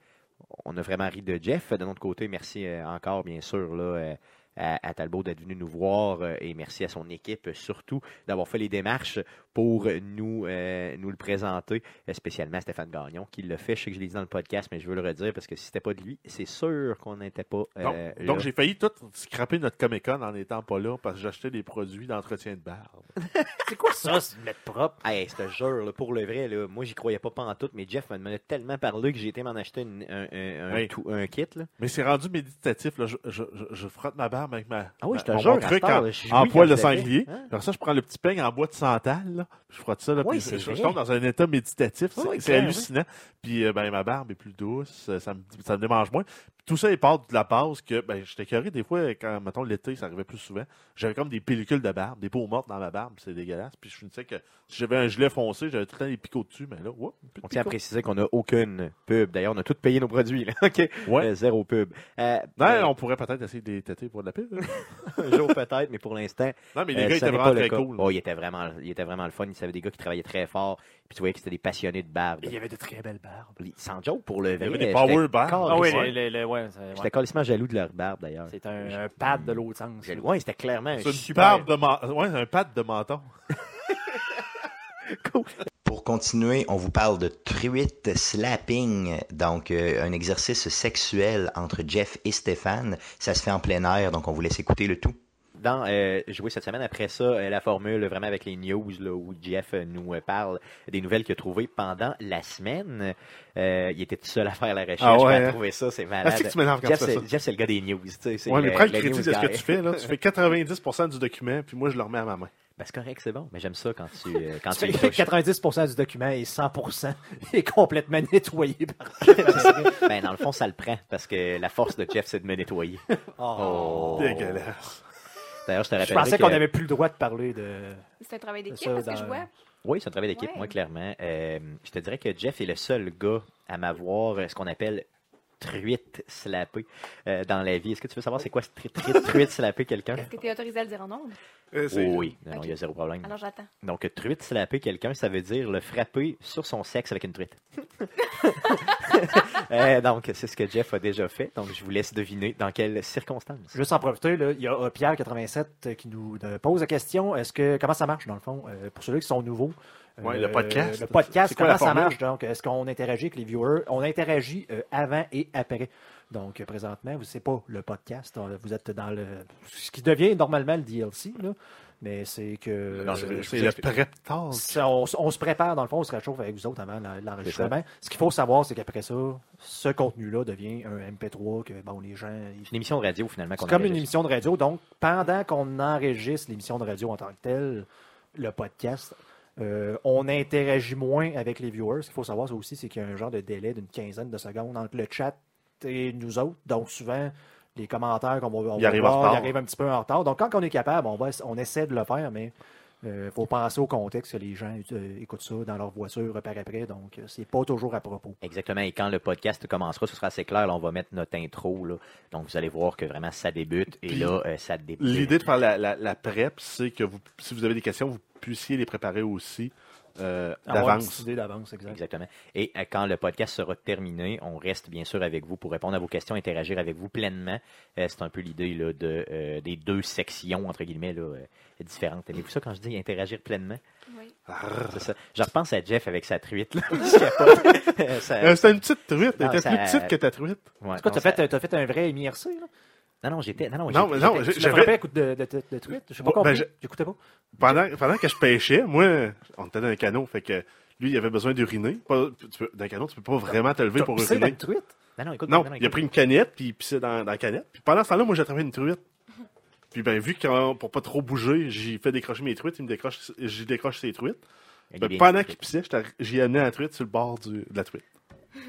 Speaker 2: on a vraiment ri de Jeff. De notre côté, merci euh, encore, bien sûr, là, euh, à, à Talbot d'être venu nous voir euh, et merci à son équipe, euh, surtout, d'avoir fait les démarches pour nous, euh, nous le présenter, euh, spécialement Stéphane Gagnon, qui le fait. Je sais que je l'ai dit dans le podcast, mais je veux le redire parce que si c'était pas de lui, c'est sûr qu'on n'était pas.
Speaker 4: Donc,
Speaker 2: euh,
Speaker 4: donc
Speaker 2: là.
Speaker 4: j'ai failli tout scraper notre Comic Con en n'étant pas là parce que j'achetais des produits d'entretien de barbe.
Speaker 3: C'est quoi ça, se mettre propre?
Speaker 2: Hey, je te jure, là, pour le vrai, là, moi j'y croyais pas pantoute, mais Jeff m'en a tellement parlé que j'ai été m'en acheter une- un, un- un
Speaker 4: Oui.
Speaker 2: tout- un kit. Là.
Speaker 4: Mais c'est rendu méditatif. Là. Je, je- je- je frotte ma barbe avec ma.
Speaker 2: Ah oui, je te
Speaker 4: ma-
Speaker 2: jure,
Speaker 4: mon
Speaker 2: à
Speaker 4: truc
Speaker 2: cette
Speaker 4: en,
Speaker 2: heure, là, je jouis
Speaker 4: en
Speaker 2: quand
Speaker 4: poil
Speaker 2: je
Speaker 4: de
Speaker 2: le fais.
Speaker 4: sanglier.
Speaker 2: Hein?
Speaker 4: Après ça, je prends le petit peigne en bois de santal. là. Je frotte ça. Là,
Speaker 2: Oui,
Speaker 4: puis
Speaker 2: c'est
Speaker 4: je, je
Speaker 2: vrai.
Speaker 4: tombe dans un état méditatif.
Speaker 2: Oui,
Speaker 4: C'est-
Speaker 2: oui,
Speaker 4: c'est
Speaker 2: clair,
Speaker 4: hallucinant. Puis euh, ben, ma barbe est plus douce. euh, Ça me, ça me démange moins. Puis tout ça est part de la base que ben, j'étais curé des fois, quand, mettons, l'été, ça arrivait plus souvent. J'avais comme des pellicules de barbe, des peaux mortes dans ma barbe. C'est dégueulasse. Puis je finissais que si j'avais un gilet foncé, j'avais tout le temps des picots dessus. Mais là, oups, plus de
Speaker 2: On tient à
Speaker 4: picots.
Speaker 2: préciser qu'on n'a aucune pub. D'ailleurs, on a tout payé nos produits. Là. (laughs) OK.
Speaker 4: Ouais.
Speaker 2: Euh, zéro pub. Euh, euh,
Speaker 4: Non, on pourrait peut-être essayer de les têter pour de la pub.
Speaker 2: Un jour peut-être, mais pour l'instant,
Speaker 4: Non,
Speaker 2: (laughs)
Speaker 4: mais les gars
Speaker 2: euh, ça
Speaker 4: étaient
Speaker 2: n'est
Speaker 4: vraiment
Speaker 2: pas le
Speaker 4: très
Speaker 2: cas.
Speaker 4: cool.
Speaker 2: Oh, il était vraiment, il était vraiment le fun. Il savait des gars qui travaillaient très fort. Puis tu voyais que c'était des passionnés de barbe.
Speaker 3: Et Il y avait de très belles barbes.
Speaker 2: Sans joke, pour le
Speaker 4: Il y
Speaker 2: vrai.
Speaker 4: avait des
Speaker 2: j'étais
Speaker 4: power bars.
Speaker 2: carrément-
Speaker 3: Ah oui,
Speaker 2: ouais.
Speaker 3: les- les- les- ouais, c'est-
Speaker 2: J'étais
Speaker 3: ouais.
Speaker 2: carrément jaloux de leur barbe, d'ailleurs.
Speaker 3: c'est un, un pad de l'autre sens.
Speaker 2: J'ai- Ouais, c'était clairement un
Speaker 4: C'est une
Speaker 2: super...
Speaker 4: barbe de menton. Ouais, un pad de menton.
Speaker 1: Pour continuer, on vous parle de truite slapping, donc euh, un exercice sexuel entre Jeff et Stéphane. Ça se fait en plein air, donc on vous laisse écouter le tout.
Speaker 2: dans euh, jouer cette semaine. Après ça, euh, la formule vraiment avec les news là, où Jeff euh, nous euh, parle des nouvelles qu'il a trouvées pendant la semaine. Euh, il était tout seul à faire la recherche.
Speaker 4: Ah ouais,
Speaker 2: mais à
Speaker 4: hein?
Speaker 2: trouver ça, c'est
Speaker 4: Est-ce que
Speaker 2: malade.
Speaker 4: tu m'énerves quand tu
Speaker 2: Jeff,
Speaker 4: fais ça?
Speaker 2: c'est- Jeff, c'est le gars des news. tu sais, c'est
Speaker 4: Ouais, mais prends le
Speaker 2: le
Speaker 4: crédit
Speaker 2: news
Speaker 4: de ce
Speaker 2: guy.
Speaker 4: que tu fais, là. Tu fais 90% du document, puis moi, je le remets à ma main.
Speaker 2: Ben, c'est correct, c'est bon. Mais j'aime ça quand tu, euh,
Speaker 4: (laughs)
Speaker 2: quand
Speaker 3: Tu
Speaker 2: tu le
Speaker 3: fais
Speaker 2: touches.
Speaker 3: 90% du document et 100% (laughs) est complètement nettoyé par
Speaker 2: Ben, dans le fond, ça le prend parce que la force de Jeff, c'est de me nettoyer. Oh.
Speaker 4: Dégueulasse.
Speaker 2: D'ailleurs, je te
Speaker 3: Je
Speaker 2: rappelle.
Speaker 3: pensais qu'on n'avait plus le droit de parler de.
Speaker 7: C'est un travail d'équipe
Speaker 3: Ça,
Speaker 7: parce que
Speaker 3: dans-
Speaker 7: je vois.
Speaker 2: Oui, c'est un travail d'équipe,
Speaker 7: Ouais.
Speaker 2: moi, clairement. Euh, je te dirais que Jeff est le seul gars à m'avoir euh, ce qu'on appelle truite slappée euh, dans la vie. Est-ce que tu veux savoir c'est quoi ce truite, truite, truite slappée quelqu'un?
Speaker 7: Est-ce que tu es autorisé à le dire en nombre?
Speaker 4: Euh,
Speaker 2: Oui,
Speaker 4: c'est-
Speaker 2: oui, non, non, il y a zéro problème.
Speaker 7: Alors j'attends.
Speaker 2: Donc, truite slapper quelqu'un, ça veut dire le frapper sur son sexe avec une
Speaker 7: (laughs)
Speaker 2: truite. (laughs) Euh, donc, c'est ce que Jeff a déjà fait. Donc, je vous laisse deviner dans quelles circonstances.
Speaker 3: Juste en profiter, là, il y a euh, Pierre87 qui nous euh, pose la question est-ce que comment ça marche dans le fond euh, Pour ceux qui sont nouveaux. euh,
Speaker 4: Ouais, le podcast.
Speaker 3: Le podcast,
Speaker 4: C'est quoi la
Speaker 3: comment ça
Speaker 4: formule?
Speaker 3: marche Donc, est-ce qu'on interagit avec les viewers On interagit euh, avant et après. Donc, euh, présentement, vous c'est pas le podcast. on- vous êtes dans le. Ce qui devient normalement le DLC, là. Mais c'est que.
Speaker 4: Non,
Speaker 3: euh,
Speaker 4: je- C'est le prep talk.
Speaker 3: Ça, On, s- on se prépare, dans le fond, on se réchauffe avec vous autres avant la- l'enregistrement. Ce qu'il faut savoir, c'est qu'après ça, ce contenu-là devient un MP3 que bon, les gens. ils-
Speaker 2: C'est une émission de radio, finalement, qu'on
Speaker 3: C'est comme une
Speaker 2: enregistre.
Speaker 3: émission de radio. Donc, pendant qu'on enregistre l'émission de radio en tant que telle, le podcast, euh, on interagit moins avec les viewers. Ce qu'il faut savoir ça aussi, c'est qu'il y a un genre de délai d'une quinzaine de secondes entre le chat et nous autres. Donc, souvent, les commentaires qu'on va, on
Speaker 4: Ils
Speaker 3: va
Speaker 4: arrivent en
Speaker 3: voir,
Speaker 4: retard.
Speaker 3: ils arrivent un petit peu en retard. Donc, quand on est capable, on, va, on essaie de le faire, mais il faut penser au contexte que les gens euh, écoutent ça dans leur voiture par après. Donc, euh, c'est pas toujours à propos.
Speaker 2: Exactement. Et quand le podcast commencera, ce sera assez clair. Là, on va mettre notre intro. Là. Donc, vous allez voir que vraiment, ça débute. Et
Speaker 4: Puis,
Speaker 2: là, euh, ça débute.
Speaker 4: L'idée de faire la, la, la prep, c'est que vous, si vous avez des questions, vous puissiez les préparer aussi euh,
Speaker 2: Ah
Speaker 3: Avoir une petite
Speaker 4: d'avance.
Speaker 3: idée d'avance, exact.
Speaker 2: Exactement. Et euh, quand le podcast sera terminé, on reste bien sûr avec vous pour répondre à vos questions, interagir avec vous pleinement. Euh, c'est un peu l'idée là, de, euh, des deux sections, entre guillemets, là, euh, différentes. Aimez-vous ça quand je dis interagir pleinement?
Speaker 7: Oui.
Speaker 2: C'est ça. Je repense à Jeff avec sa
Speaker 4: (laughs)
Speaker 2: truite. Là. Je capote. Euh, (laughs) ça-
Speaker 4: Euh, C'était une petite truite. Elle
Speaker 2: Non,
Speaker 4: était
Speaker 2: ça-
Speaker 4: plus petite que ta truite.
Speaker 2: ouais,
Speaker 3: En tout cas,
Speaker 2: non,
Speaker 3: t'as
Speaker 2: ça-
Speaker 3: fait, euh, t'as fait un vrai MIRC, là?
Speaker 2: Non, non, j'étais... Non, non,
Speaker 4: Non,
Speaker 2: j'étais-
Speaker 4: mais non,
Speaker 2: j'étais-
Speaker 4: j'ai-
Speaker 3: Tu l'as
Speaker 4: j'avais.
Speaker 3: frappé à coup de, de, de, de tweet? Je sais pas
Speaker 4: Bon, ben,
Speaker 3: compris.
Speaker 4: je-
Speaker 3: J'écoutais pas.
Speaker 4: pendant, pendant que je pêchais, moi, on était dans un canot, fait que lui, il avait besoin d'uriner. Pas- tu peux- Dans un canot, tu peux pas vraiment te lever
Speaker 3: T'as
Speaker 4: pour
Speaker 3: pissé dans
Speaker 4: uriner.
Speaker 3: le tweet?
Speaker 2: Non, non, écoute,
Speaker 4: Non,
Speaker 2: non, non,
Speaker 4: il a
Speaker 2: écoute. (laughs)
Speaker 4: pris une canette, puis il pissait dans, dans la canette. Puis pendant ce temps-là, moi, j'ai attrapé une truite. Puis ben vu que quand- pour pas trop bouger, j'ai fait décrocher mes truites, il me décroche, j'y décroche ses truites.
Speaker 2: Il est
Speaker 4: Ben,
Speaker 2: bien
Speaker 4: pendant
Speaker 2: fait.
Speaker 4: qu'il pissait, j'étais arri- j'ai amené la truite sur le bord du- de la truite.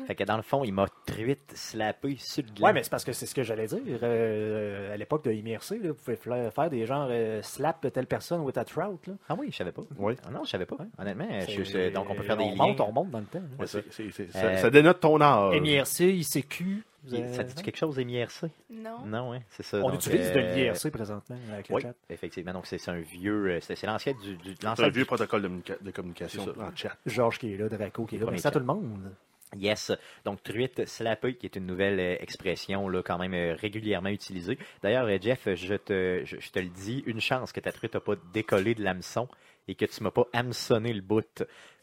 Speaker 2: Fait que dans le fond, il m'a truite slappé sur le gland.
Speaker 3: Ouais, mais c'est parce que c'est ce que j'allais dire. Euh, à l'époque de IMRC, là, vous pouvez fla- faire des genres euh, slap de telle personne with a trout. Là.
Speaker 2: Ah oui, je savais pas.
Speaker 4: Oui.
Speaker 2: Ah non, je savais pas. Honnêtement, je- je-
Speaker 3: C'est-
Speaker 2: donc on peut faire des
Speaker 3: on
Speaker 2: liens.
Speaker 3: Monte, on remonte dans le temps. là.
Speaker 4: Ouais,
Speaker 2: ça.
Speaker 4: c'est- c'est- c'est-
Speaker 2: Euh,
Speaker 4: ça, ça dénote ton âge.
Speaker 3: MIRC, ICQ. vous avez-
Speaker 2: Ça dit quelque chose, MIRC?
Speaker 7: Non.
Speaker 2: euh, Non, hein, c'est ça.
Speaker 3: On
Speaker 2: donc,
Speaker 3: utilise de
Speaker 2: euh,
Speaker 3: l'IRC présentement avec le
Speaker 2: Oui,
Speaker 3: chat.
Speaker 2: effectivement. Donc, c'est c'est un vieux. euh, C'est c'est l'ancien du, du
Speaker 4: C'est un
Speaker 2: l'ancien
Speaker 4: vieux
Speaker 2: du-
Speaker 4: protocole de, communica- de communication
Speaker 2: C'est ça.
Speaker 4: en chat.
Speaker 3: Georges qui est là, Draco qui est là.
Speaker 2: Premier
Speaker 3: Merci à
Speaker 2: chat.
Speaker 3: tout le monde.
Speaker 2: Yes. Donc, truite slappé, qui est une nouvelle euh, expression là, quand même euh, régulièrement utilisée. D'ailleurs, euh, Jeff, je te, je, je te le dis, une chance que ta truite n'a pas décollé de l'hameçon et que tu m'as pas hameçonné le bout.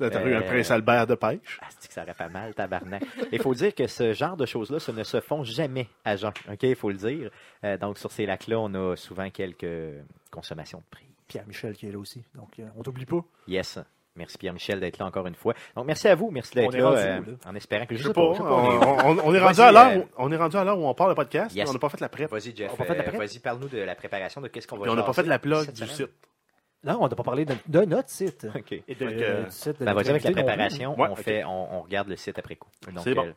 Speaker 4: Là, T'as
Speaker 2: Euh,
Speaker 4: eu un prince Albert de pêche.
Speaker 2: Ah, c'est que ça aurait pas mal, tabarnak. Il faut dire que ce genre de choses-là, ce ne se font jamais à jeun. OK, il faut le dire. Euh, donc, sur ces lacs-là, on a souvent quelques consommations de prix.
Speaker 3: Pierre-Michel qui est là aussi. Donc, euh, on t'oublie pas.
Speaker 2: Yes. Merci Pierre-Michel d'être là encore une fois. Donc merci à vous, merci d'être
Speaker 3: On est
Speaker 2: là,
Speaker 3: rendu
Speaker 2: euh,
Speaker 3: où, là?
Speaker 2: en espérant que je,
Speaker 4: Je
Speaker 2: sais
Speaker 4: sais pas, on,
Speaker 2: je sais pas, on est-
Speaker 4: on- on est rendu
Speaker 2: Vas-y,
Speaker 4: à l'heure
Speaker 2: euh,
Speaker 4: où- on est rendu à l'heure où on parle le podcast,
Speaker 2: Yes.
Speaker 4: mais on n'a pas fait la prep.
Speaker 2: Vas-y, Jeff.
Speaker 3: On va faire de la
Speaker 2: euh,
Speaker 3: prep?
Speaker 2: Vas-y, parle-nous de la préparation, de qu'est-ce qu'on va
Speaker 4: Puis on n'a pas
Speaker 2: jaser
Speaker 4: fait la plug
Speaker 2: cette
Speaker 4: du
Speaker 2: semaine.
Speaker 4: site.
Speaker 3: Non, on n'a pas parlé de, de notre site.
Speaker 2: OK.
Speaker 3: Et de,
Speaker 4: Fait que, euh,
Speaker 3: du site de
Speaker 2: Ben, vas-y avec
Speaker 3: notre
Speaker 2: la
Speaker 3: invité non plus.
Speaker 2: préparation,
Speaker 4: Ouais,
Speaker 2: on,
Speaker 4: ok.
Speaker 2: fait, on, on regarde le site après coup. Donc,
Speaker 4: C'est bon.
Speaker 2: euh,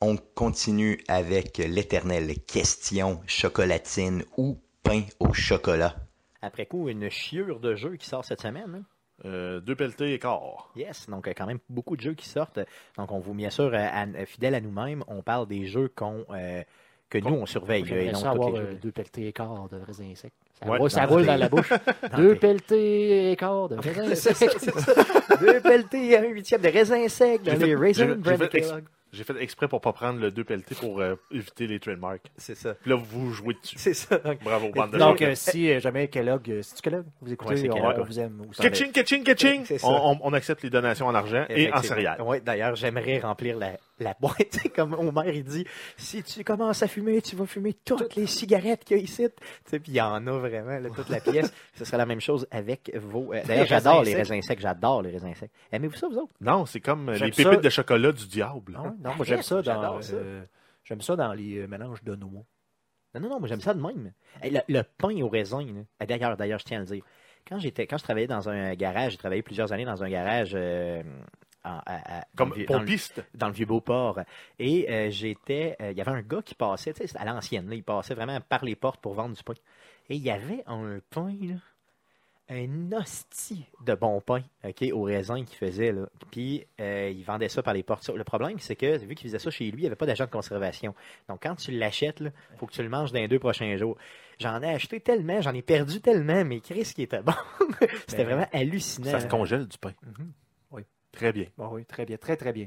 Speaker 1: On continue avec l'éternelle question chocolatine ou pain au chocolat.
Speaker 2: après coup, une chiure de jeux qui sort cette semaine. hein.
Speaker 4: Euh, deux pelletés et quart.
Speaker 2: Yes, donc euh, quand même beaucoup de jeux qui sortent. Donc on vous, bien sûr, euh, à- euh, fidèle à nous-mêmes, on parle des jeux qu'on euh, que nous on surveille. là, et
Speaker 3: J'aimerais
Speaker 2: non
Speaker 3: ça
Speaker 2: tous
Speaker 3: avoir
Speaker 2: les
Speaker 3: euh,
Speaker 2: jeux.
Speaker 3: deux pelletés et quart de raisins secs. Ça,
Speaker 4: Ouais,
Speaker 3: roule, ça
Speaker 2: dans
Speaker 3: roule (laughs)
Speaker 2: tes-
Speaker 3: dans la bouche.
Speaker 2: Dans
Speaker 3: deux
Speaker 2: tes-
Speaker 3: pelletés et quart de (laughs) raisins secs.
Speaker 2: deux pelletés, un huitième de raisin sec dans
Speaker 4: J'ai fait-
Speaker 2: les
Speaker 4: j'ai-
Speaker 2: Raisin
Speaker 4: j'ai
Speaker 2: Bran
Speaker 4: fait ex-
Speaker 2: Kellogg.
Speaker 4: J'ai fait exprès pour pas prendre le deux pelletés pour euh, éviter les trademarks.
Speaker 2: C'est ça.
Speaker 4: Puis là, vous jouez dessus.
Speaker 2: C'est ça. Donc,
Speaker 4: Bravo, bande (laughs) de
Speaker 3: Donc,
Speaker 4: gens.
Speaker 3: euh, si euh, jamais Kellogg, euh, si tu Kellogg, vous écoutez,
Speaker 2: Ouais, c'est
Speaker 3: on,
Speaker 2: Kellogg,
Speaker 3: on
Speaker 2: ouais.
Speaker 3: vous aime. aussi.
Speaker 4: Catching, catching, catching!
Speaker 2: euh, C'est ça.
Speaker 4: On, on- on accepte les donations en argent et en céréales.
Speaker 2: Oui, d'ailleurs, j'aimerais remplir la, la boîte. (laughs) Tu sais, comme Homer, il dit si tu commences à fumer, tu vas fumer toutes les cigarettes qu'il y a ici. Tu sais, Puis il y en a vraiment, là, toute la pièce. Ce serait la même chose avec vos. euh, d'ailleurs, j'adore les raisins secs. J'adore les raisins secs. Aimez-vous ça, vous autres
Speaker 4: Non, c'est comme euh,
Speaker 3: J'aime
Speaker 4: les
Speaker 3: ça.
Speaker 4: pépites de chocolat du diable.
Speaker 3: Ah ouais? Non, moi j'aime ça dans.
Speaker 2: J'adore ça.
Speaker 3: euh, J'aime ça dans les euh, mélanges de noix.
Speaker 2: Non, non, non, moi j'aime ça de même. Hey, le, le pain au raisin, là. Ah, d'ailleurs, d'ailleurs, je tiens à le dire. Quand j'étais, quand je travaillais dans un garage, j'ai travaillé plusieurs années dans un garage euh, en- à- à-
Speaker 4: Comme
Speaker 2: dans le- dans le-
Speaker 4: pompiste.
Speaker 2: dans le vieux Beauport. Et euh, j'étais, euh, il y avait un gars qui passait, tu sais, c'est à l'ancienne, là, il passait vraiment par les portes pour vendre du pain. Et il y avait un pain, là, un hostie de bon pain, ok, au raisin qu'il faisait, là. Puis euh, il vendait ça par les portes. Le problème, c'est que vu qu'il faisait ça chez lui, il n'y avait pas d'agent de conservation. Donc quand tu l'achètes, il faut que tu le manges dans les deux prochains jours. J'en ai acheté tellement, j'en ai perdu tellement, mais Chris qui était bon. (laughs) C'était
Speaker 3: Ben,
Speaker 2: vraiment hallucinant.
Speaker 4: Ça se congèle du pain.
Speaker 3: Mhm.
Speaker 4: Très bien.
Speaker 3: Bon, Ah oui, très bien, très très bien.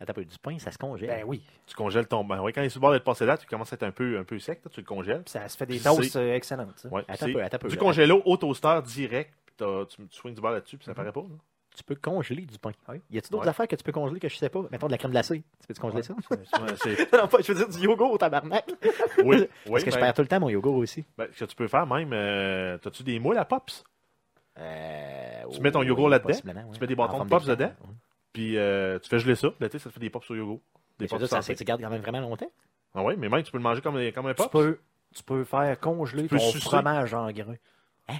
Speaker 2: Attends, un peu, du pain, ça se congèle.
Speaker 3: Ben oui,
Speaker 4: Tu congèles ton pain. Ouais, quand il est sur le bord d'être passé là, tu commences à être un peu, un peu sec, là, tu le congèles.
Speaker 3: Puis ça se fait des
Speaker 4: Puis
Speaker 3: toasts euh, excellentes. ça.
Speaker 4: Ouais,
Speaker 2: Attends un
Speaker 4: c'est
Speaker 2: peu, attends un peu.
Speaker 4: du
Speaker 2: Attends.
Speaker 4: congélo au toaster direct. puis t'as- Tu, tu swings du bord là-dessus, puis ça paraît pas. là.
Speaker 2: (laughs) tu peux congeler du pain. Y a-t-il d'autres
Speaker 4: Ouais.
Speaker 2: affaires que tu peux congeler que je sais pas Mettons de la crème glacée. Tu peux congeler ça (laughs)
Speaker 4: Ouais, c'est-
Speaker 2: Non, pas, je veux dire du yogourt au tabarnak.
Speaker 4: oui, oui.
Speaker 2: Parce que je
Speaker 4: ben-
Speaker 2: perds tout le temps mon yogourt aussi.
Speaker 4: ben, ce que tu peux faire même, euh, t'as-tu des moules à Pops?
Speaker 2: Euh,
Speaker 4: Tu mets ton
Speaker 2: oui,
Speaker 4: yogourt là-dedans?
Speaker 2: possiblement, ouais.
Speaker 4: Tu mets des
Speaker 2: En
Speaker 4: bâtons de
Speaker 2: forme
Speaker 4: pops
Speaker 2: temps.
Speaker 4: dedans?
Speaker 2: Ouais.
Speaker 4: Puis euh, tu fais geler ça. Là, tu sais, ça te fait des pops au yogourt. Des
Speaker 2: Mais ça,
Speaker 4: pops
Speaker 2: ça,
Speaker 4: santé.
Speaker 2: tu gardes quand même vraiment longtemps.
Speaker 4: Ah ouais, mais même, tu peux le manger comme, un- comme un
Speaker 3: Tu
Speaker 4: pop.
Speaker 3: peux, tu peux faire congeler
Speaker 4: peux
Speaker 3: ton
Speaker 4: sucer.
Speaker 3: fromage en grain.
Speaker 2: Hein?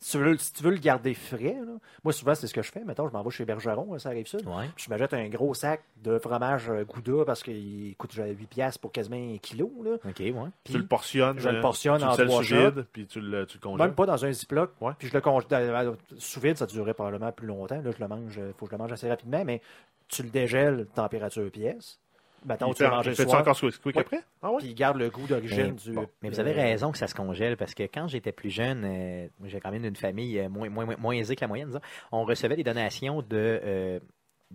Speaker 3: Si tu, veux, si tu veux le garder frais, là, moi souvent c'est ce que je fais. Mettons, je m'en vais chez Bergeron, là, ça arrive ça.
Speaker 2: Ouais.
Speaker 3: Puis je m'achète un gros sac de fromage euh, Gouda parce qu'il coûte genre, 8 piastres pour quasiment un kilo. Là.
Speaker 2: Ok, ouais.
Speaker 4: Tu le portionnes.
Speaker 3: Je le
Speaker 4: euh,
Speaker 3: portionne
Speaker 4: tu
Speaker 3: en
Speaker 4: le
Speaker 3: trois
Speaker 4: sous vide, puis tu le, tu le congèles.
Speaker 3: Même pas dans un ziploc.
Speaker 4: Ouais.
Speaker 3: Puis je le congèle. Sous vide, ça durait probablement plus longtemps. Là, je le mange, euh, faut que je le mange assez rapidement, mais tu le dégèles température pièce. Mettons,
Speaker 4: Il
Speaker 3: tu le
Speaker 4: fait-
Speaker 3: manges
Speaker 4: il
Speaker 3: le
Speaker 4: fait ça
Speaker 3: soir,
Speaker 4: encore squeak squeak
Speaker 3: Ouais.
Speaker 4: après? Ah ouais? Euh,
Speaker 3: puis il garde le goût
Speaker 2: Mais,
Speaker 3: d'origine du.
Speaker 2: bon, mais vous avez raison que ça se congèle parce que quand j'étais plus jeune, euh, moi, j'ai quand même une famille euh, moins, moins, moins- moins aisée que la moyenne, disons, on recevait des donations de, euh,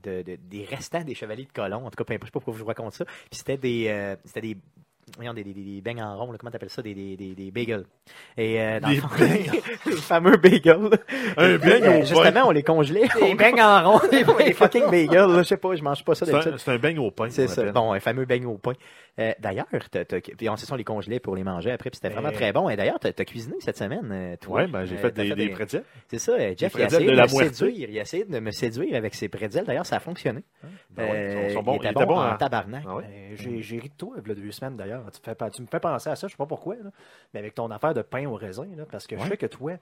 Speaker 2: de- de- des restants des chevaliers de colon. En tout cas, peu importe, je sais pas pourquoi je vous raconte ça. Puis c'était des, euh, c'était des, voyons, des, des, des- des beignes en rond, là, comment t'appelles ça, des, des, des, des bagels. Et, euh, dans (laughs) le
Speaker 4: Des
Speaker 2: fond-
Speaker 4: beignes.
Speaker 2: les fameux bagels.
Speaker 3: (laughs)
Speaker 4: Un
Speaker 2: Euh,
Speaker 4: beigne au pain.
Speaker 2: Justement, on les congelait.
Speaker 6: Des beignes en rond.
Speaker 2: (laughs) Des fucking bagels, là, je sais pas, je mange pas ça
Speaker 4: C'est
Speaker 2: d'habitude.
Speaker 4: un- c'est un beigne au pain.
Speaker 2: C'est
Speaker 4: Hein, on
Speaker 2: ça.
Speaker 4: appelle.
Speaker 2: Bon, un fameux beignet au pain. Euh, d'ailleurs, t'as- t'as- puis on se sont les congelés pour les manger après, puis c'était vraiment
Speaker 3: Euh,
Speaker 2: très bon. Et d'ailleurs, t'as, t'as cuisiné cette semaine, euh, toi.
Speaker 4: Eh. Ouais, ben, j'ai
Speaker 2: Euh,
Speaker 4: fait
Speaker 2: t'as
Speaker 4: des, des prédiles.
Speaker 2: C'est ça, euh, Jeff, il a
Speaker 4: prédiles
Speaker 2: essayé
Speaker 4: de
Speaker 2: de,
Speaker 4: la
Speaker 2: me
Speaker 4: moitié.
Speaker 2: séduire. Il a essayé de me séduire avec ses prédiles. D'ailleurs, ça a fonctionné.
Speaker 4: Ben ouais, ils sont-
Speaker 2: Euh,
Speaker 4: sont bons.
Speaker 2: Il était
Speaker 4: Ils
Speaker 2: bon,
Speaker 4: étaient bons
Speaker 2: en
Speaker 4: à-
Speaker 2: tabarnak.
Speaker 3: Ben,
Speaker 4: Ah ouais?
Speaker 3: J'ai j'ai ri de toi, il y a deux semaines d'ailleurs, là, tu, fais pas- tu me fais penser à ça, je sais pas pourquoi, là, mais avec ton affaire de pain au raisin, là, parce que je
Speaker 4: Ouais.
Speaker 3: sais que toi,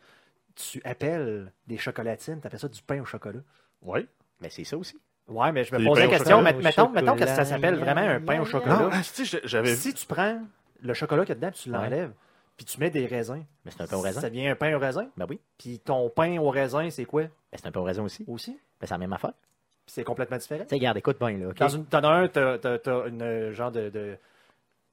Speaker 3: tu appelles des chocolatines, tu appelles ça du pain au chocolat.
Speaker 4: Oui.
Speaker 2: Mais c'est ça aussi.
Speaker 3: Ouais, mais je me
Speaker 4: Des
Speaker 3: pose
Speaker 4: pains
Speaker 3: la
Speaker 4: au
Speaker 3: question,
Speaker 4: chocolat.
Speaker 3: mais- mettons, mettons que ça s'appelle vraiment un pain au
Speaker 4: Non,
Speaker 3: chocolat.
Speaker 4: asti, Ah, je- j'avais
Speaker 3: Si tu prends le chocolat qu'il y a dedans, puis tu l'enlèves, puis tu mets des raisins,
Speaker 2: Mais c'est un pain au raisin.
Speaker 3: ça devient un pain au raisin.
Speaker 2: Ben oui.
Speaker 3: Puis ton pain au raisin, c'est quoi
Speaker 2: Mais c'est un pain au raisin aussi.
Speaker 3: aussi? Puis
Speaker 2: Mais c'est la même affaire. Tu
Speaker 3: c'est complètement différent.
Speaker 2: sais, regarde, écoute bien, là. OK?
Speaker 3: Dans une, t'en as un, t'as, t'as- t'as une euh, genre de, de,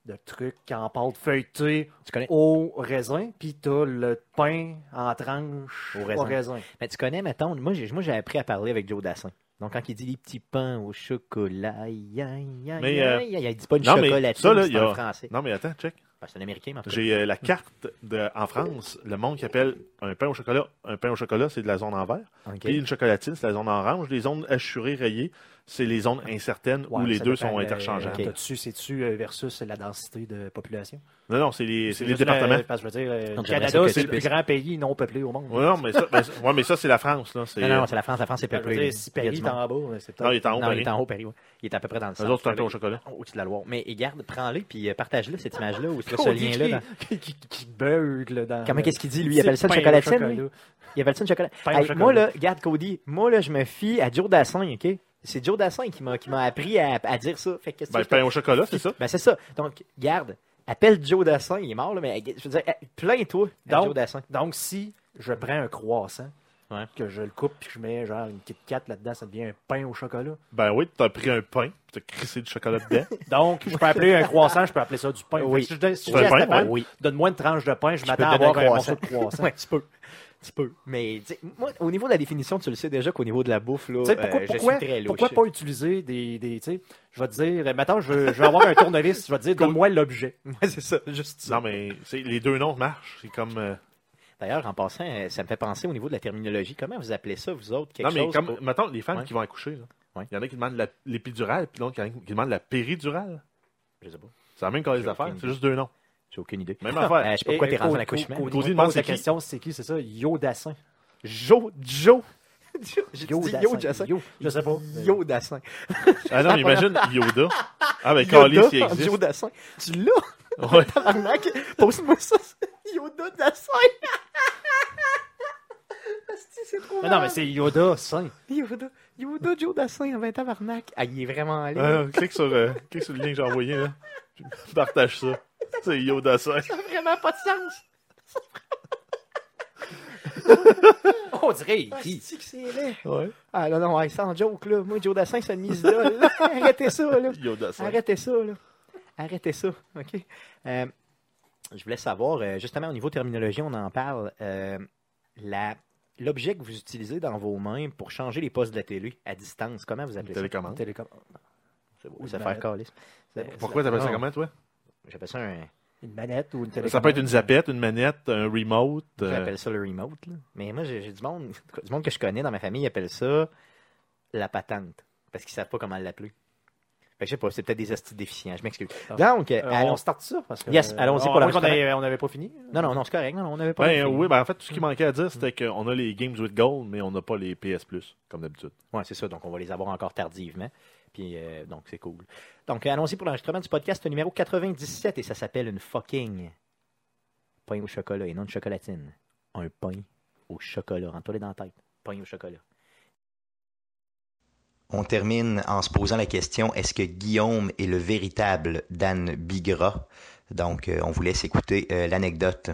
Speaker 3: de truc en pâte feuilletée
Speaker 2: Tu connais.
Speaker 3: au raisin, puis t'as le pain en tranches
Speaker 2: Au
Speaker 3: au
Speaker 2: raisin.
Speaker 3: raisin.
Speaker 2: Mais tu connais, mettons, moi j'ai, moi, j'ai appris à parler avec Joe Dassin. Donc, quand il dit les petits pains au chocolat, aïe, aïe, aïe,
Speaker 4: Mais, euh,
Speaker 2: aïe, aïe, il dit pas une
Speaker 4: non, mais
Speaker 2: chocolatine,
Speaker 4: ça, là,
Speaker 2: c'est
Speaker 4: il y a-
Speaker 2: en français.
Speaker 4: Non, mais attends, check.
Speaker 2: Ben, c'est un américain, mais en tout cas.
Speaker 4: J'ai euh, la carte de, en France, le monde qui appelle un pain au chocolat. Un pain au chocolat, c'est de la zone en vert.
Speaker 2: Ok.
Speaker 4: Puis une chocolatine, c'est la zone orange. Les zones assurées, rayées, c'est les zones incertaines où
Speaker 3: Ouais,
Speaker 4: les
Speaker 3: ça
Speaker 4: deux
Speaker 3: dépend,
Speaker 4: sont
Speaker 3: euh,
Speaker 4: interchangeables.
Speaker 2: ok.
Speaker 3: T'as-tu, c'est-tu euh, versus la densité de population?
Speaker 4: Non, non, c'est les, c'est les
Speaker 3: juste une-
Speaker 4: départements.
Speaker 3: parce que je veux dire, euh,
Speaker 2: Donc,
Speaker 3: le
Speaker 2: j'aimerais
Speaker 3: Canada,
Speaker 2: ça que
Speaker 3: c'est
Speaker 2: tu
Speaker 3: le plus
Speaker 2: puisses-
Speaker 3: grand pays non peuplé au monde.
Speaker 4: Ouais, non, mais ça, ben, c'est- ouais, mais ça, c'est la France. Là. C'est, euh,
Speaker 2: Non, non, non, c'est la France. La France, c'est
Speaker 3: Je veux
Speaker 2: peuplé.
Speaker 3: dire, si
Speaker 2: Il y a
Speaker 3: Paris
Speaker 2: du
Speaker 3: est
Speaker 2: monde.
Speaker 3: en bas, c'est
Speaker 4: Non, il
Speaker 3: peut-être.
Speaker 4: est en haut,
Speaker 2: Non, il
Speaker 4: Paris.
Speaker 2: est en haut, Paris. ouais. Il est à peu près dans le
Speaker 4: Eux
Speaker 2: centre.
Speaker 4: autres, c'est un pain au chocolat.
Speaker 2: Au-dessus de la Loire. Mais regarde, prends-le puis euh, partage-le, cette image-là,
Speaker 3: (laughs)
Speaker 2: ou ce
Speaker 3: Oh, il
Speaker 2: lien-là. dans-
Speaker 3: Qui, qui, qui beugle dans.
Speaker 2: Comment
Speaker 3: le-
Speaker 2: qu'est-ce qu'il dit, lui?
Speaker 3: C'est
Speaker 2: Il appelle ça le
Speaker 3: pain au
Speaker 2: chocolatine,
Speaker 3: chocolat.
Speaker 2: lui? Il appelle ça une chocolat.
Speaker 3: Pain au
Speaker 2: Hey,
Speaker 3: chocolat.
Speaker 2: Moi, là, regarde, Cody, moi, là, je me fie à Joe Dassin, OK? C'est Joe Dassin qui m'a, qui m'a appris à, à dire ça. Fait que qu'est-ce que
Speaker 4: Ben,
Speaker 2: je te-
Speaker 4: pain au chocolat, c'est ça.
Speaker 2: Ben, c'est ça. Donc, garde, appelle Joe Dassin, il est mort, là, mais je veux dire, eh, plains-toi à
Speaker 3: Donc-
Speaker 2: Joe Dassin.
Speaker 3: Donc, si je prends un croissant,
Speaker 2: Ouais.
Speaker 3: que je le coupe puis que je mets genre une Kit Kat là-dedans, ça devient un pain au chocolat.
Speaker 4: Ben oui, t'as pris un pain, t'as crissé du chocolat dedans.
Speaker 3: Donc, je peux appeler un croissant, je peux appeler ça du pain.
Speaker 2: Oui.
Speaker 3: Fait que Si je donne- si je
Speaker 4: C'est
Speaker 3: dis
Speaker 4: un
Speaker 3: à
Speaker 4: pain,
Speaker 3: Stéphane,
Speaker 2: oui.
Speaker 3: donne-moi une tranche de pain, je
Speaker 2: peux
Speaker 3: m'attends à
Speaker 2: te donner
Speaker 3: avoir
Speaker 2: un
Speaker 3: un
Speaker 2: croissant.
Speaker 3: morceau de croissant.
Speaker 2: (laughs) Ouais, tu peux. Tu peux. Mais, tu sais, moi, au niveau de la définition, tu le sais déjà qu'au niveau de la bouffe, là,
Speaker 3: Tu sais, pourquoi,
Speaker 2: euh, je
Speaker 3: pourquoi,
Speaker 2: suis très louche.
Speaker 3: pourquoi pas utiliser des. des tu sais, je vais te dire, euh, mettons, je, veux- je vais avoir un tournevis, je vais te dire, donne-moi l'objet.
Speaker 2: Ouais, c'est ça, juste ça.
Speaker 4: non, mais c'est- les deux noms marchent. C'est comme. euh,
Speaker 2: D'ailleurs, en passant, euh, ça me fait penser au niveau de la terminologie. Comment vous appelez ça, vous autres, quelque
Speaker 4: Non, mais
Speaker 2: chose
Speaker 4: comme.
Speaker 2: pour-
Speaker 4: Mettons, les femmes
Speaker 2: Ouais.
Speaker 4: qui vont accoucher, là. Il
Speaker 2: Ouais.
Speaker 4: y en a qui demandent la- l'épidurale, puis l'autre qui qui demande la péridurale.
Speaker 2: Je sais pas.
Speaker 4: C'est la même qu'on les
Speaker 2: J'ai
Speaker 4: affaires,
Speaker 2: aucune
Speaker 4: c'est juste deux
Speaker 2: (laughs)
Speaker 4: noms.
Speaker 2: J'ai aucune idée.
Speaker 4: Même
Speaker 2: (laughs) Euh,
Speaker 4: affaire.
Speaker 2: je sais pas pourquoi
Speaker 3: Et-
Speaker 2: t'es
Speaker 3: et
Speaker 2: rendu
Speaker 3: Cody-
Speaker 2: à l'accouchement.
Speaker 3: Cody
Speaker 4: Cody
Speaker 3: me
Speaker 4: demande
Speaker 3: pose la
Speaker 4: c'est qui?
Speaker 3: question, c'est qui, c'est ça Yodassin.
Speaker 2: Joe, Joe. J'ai dit
Speaker 3: Yodassin.
Speaker 2: Yo Dassin.
Speaker 3: Yo, je sais pas.
Speaker 2: Yo Dassin.
Speaker 4: Ah non, mais imagine Yoda. Ah,
Speaker 2: (laughs)
Speaker 4: ben,
Speaker 2: Yoda,
Speaker 4: Calis, il existe.
Speaker 2: Joe Dassin. Tu l'as,
Speaker 4: (laughs) Ouais.
Speaker 2: (laughs) tabarnak. Pose-moi ça. (laughs) Yoda Dassin. (laughs) Asti, c'est trop
Speaker 3: Mais non, mais
Speaker 2: malade.
Speaker 3: c'est Yoda sain.
Speaker 2: (laughs) Yoda, Yoda Joe Dassin, avec tabarnak. Ah, il est vraiment allé.
Speaker 4: Ah, clique, sur, euh, clique sur le lien que j'ai envoyé, là. Puis Partage ça. C'est Yoda 5.
Speaker 2: Ça n'a vraiment pas de sens.
Speaker 3: On dirait
Speaker 2: Asti que c'est laid.
Speaker 4: Ouais.
Speaker 2: Ah non, non, hey, sans joke, là. Moi, Joe Dassin, c'est une mise là. là. (laughs) Arrêtez ça, là.
Speaker 4: Yoda 5.
Speaker 2: Arrêtez ça, là. Arrêtez ça, OK? Euh, je voulais savoir, euh, justement, au niveau terminologie, on en parle. euh, la- L'objet que vous utilisez dans vos mains pour changer les postes de la télé à distance, comment vous appelez ça?
Speaker 4: Télécommande.
Speaker 3: Télécom.
Speaker 2: C'est beau,
Speaker 3: Ou
Speaker 2: se
Speaker 3: une
Speaker 2: faire
Speaker 3: manette.
Speaker 2: câlisse. C'est-
Speaker 4: Pourquoi t'appelles ça
Speaker 2: Non,
Speaker 4: comment, toi?
Speaker 2: J'appelle ça un...
Speaker 3: Une manette ou une télécommande.
Speaker 4: Ça peut être une zapette, une manette, un remote. euh,
Speaker 2: J'appelle ça le remote. là. Mais moi, j'ai j'ai du monde, du monde que je connais dans ma famille, ils appellent ça la patente. Parce qu'ils savent pas comment l'appeler. Fait que je sais pas, c'est peut-être des astuces déficients. Je m'excuse.
Speaker 3: Ah.
Speaker 2: Donc,
Speaker 3: Euh,
Speaker 2: allons
Speaker 3: on start ça parce que. euh,
Speaker 2: Yes, allons-y pour la
Speaker 3: on,
Speaker 2: prochaine.
Speaker 3: avait- on n'avait pas fini.
Speaker 2: Non, non, non, c'est correct. Non, non, on n'avait pas. Mm.
Speaker 4: Ben
Speaker 2: le-
Speaker 4: oui, ben en fait, tout ce qui manquait à dire, c'était qu'on a les Games with Gold, mais on n'a pas les PS Plus, comme d'habitude.
Speaker 2: Ouais, c'est ça. Donc, on va les avoir encore tardivement. Puis, euh, donc, c'est cool. Donc, euh, allons-y pour l'enregistrement du podcast numéro 97 et ça s'appelle une fucking pain au chocolat et non une chocolatine. Un pain au chocolat. Rentre-toi les dans la tête. Pain au chocolat.
Speaker 1: On termine en se posant la question est-ce que Guillaume est le véritable Dan Bigra Donc, euh, on vous laisse écouter euh, l'anecdote.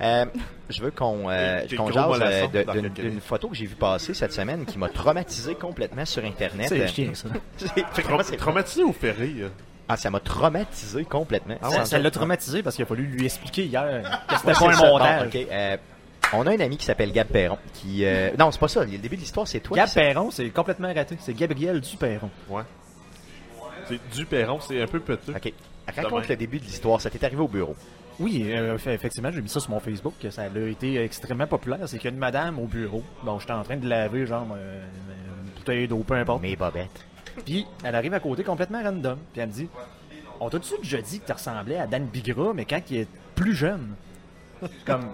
Speaker 2: Euh, je veux qu'on euh,
Speaker 4: Des- des
Speaker 2: qu'on
Speaker 4: gros
Speaker 2: jase
Speaker 4: mollassons
Speaker 2: euh, de-
Speaker 4: dans
Speaker 2: d'une-
Speaker 4: quelques minutes.
Speaker 2: d'une photo que j'ai vue passer cette semaine qui m'a traumatisé complètement sur Internet.
Speaker 3: C'est chien, ça.
Speaker 2: (laughs) C'est vraiment-
Speaker 4: Tra-
Speaker 2: c'est-
Speaker 4: Traumatisé ou ferré? euh?
Speaker 2: Ah, ça m'a traumatisé complètement.
Speaker 3: Ça- Ah ça l'a traumatisé parce qu'il a fallu lui expliquer hier que c'était
Speaker 2: Ouais,
Speaker 3: pas un
Speaker 2: c'est ça.
Speaker 3: montage.
Speaker 2: Bon, ok, euh, on a un ami qui s'appelle Gab Perron. Qui, euh, non, c'est pas ça. Le début de l'histoire, c'est toi.
Speaker 3: Gab
Speaker 2: qui-
Speaker 3: Perron, c'est complètement raté. C'est Gabriel Duperron.
Speaker 4: C'est du Perron, c'est un peu petit.
Speaker 2: Ok. Raconte le début de l'histoire. Ça t'est arrivé au bureau.
Speaker 3: Oui, euh, fait- effectivement, j'ai mis ça sur mon Facebook. que Ça a été extrêmement populaire. C'est qu'il y a une madame au bureau. Bon, j'étais en train de laver, genre, euh, une bouteille d'eau, peu importe.
Speaker 2: Mais Bobette.
Speaker 3: Puis elle arrive à côté complètement random. Puis elle me dit On t'a-tu déjà dit que tu ressemblais à Dan Bigra, mais quand il est plus jeune Je suis Comme,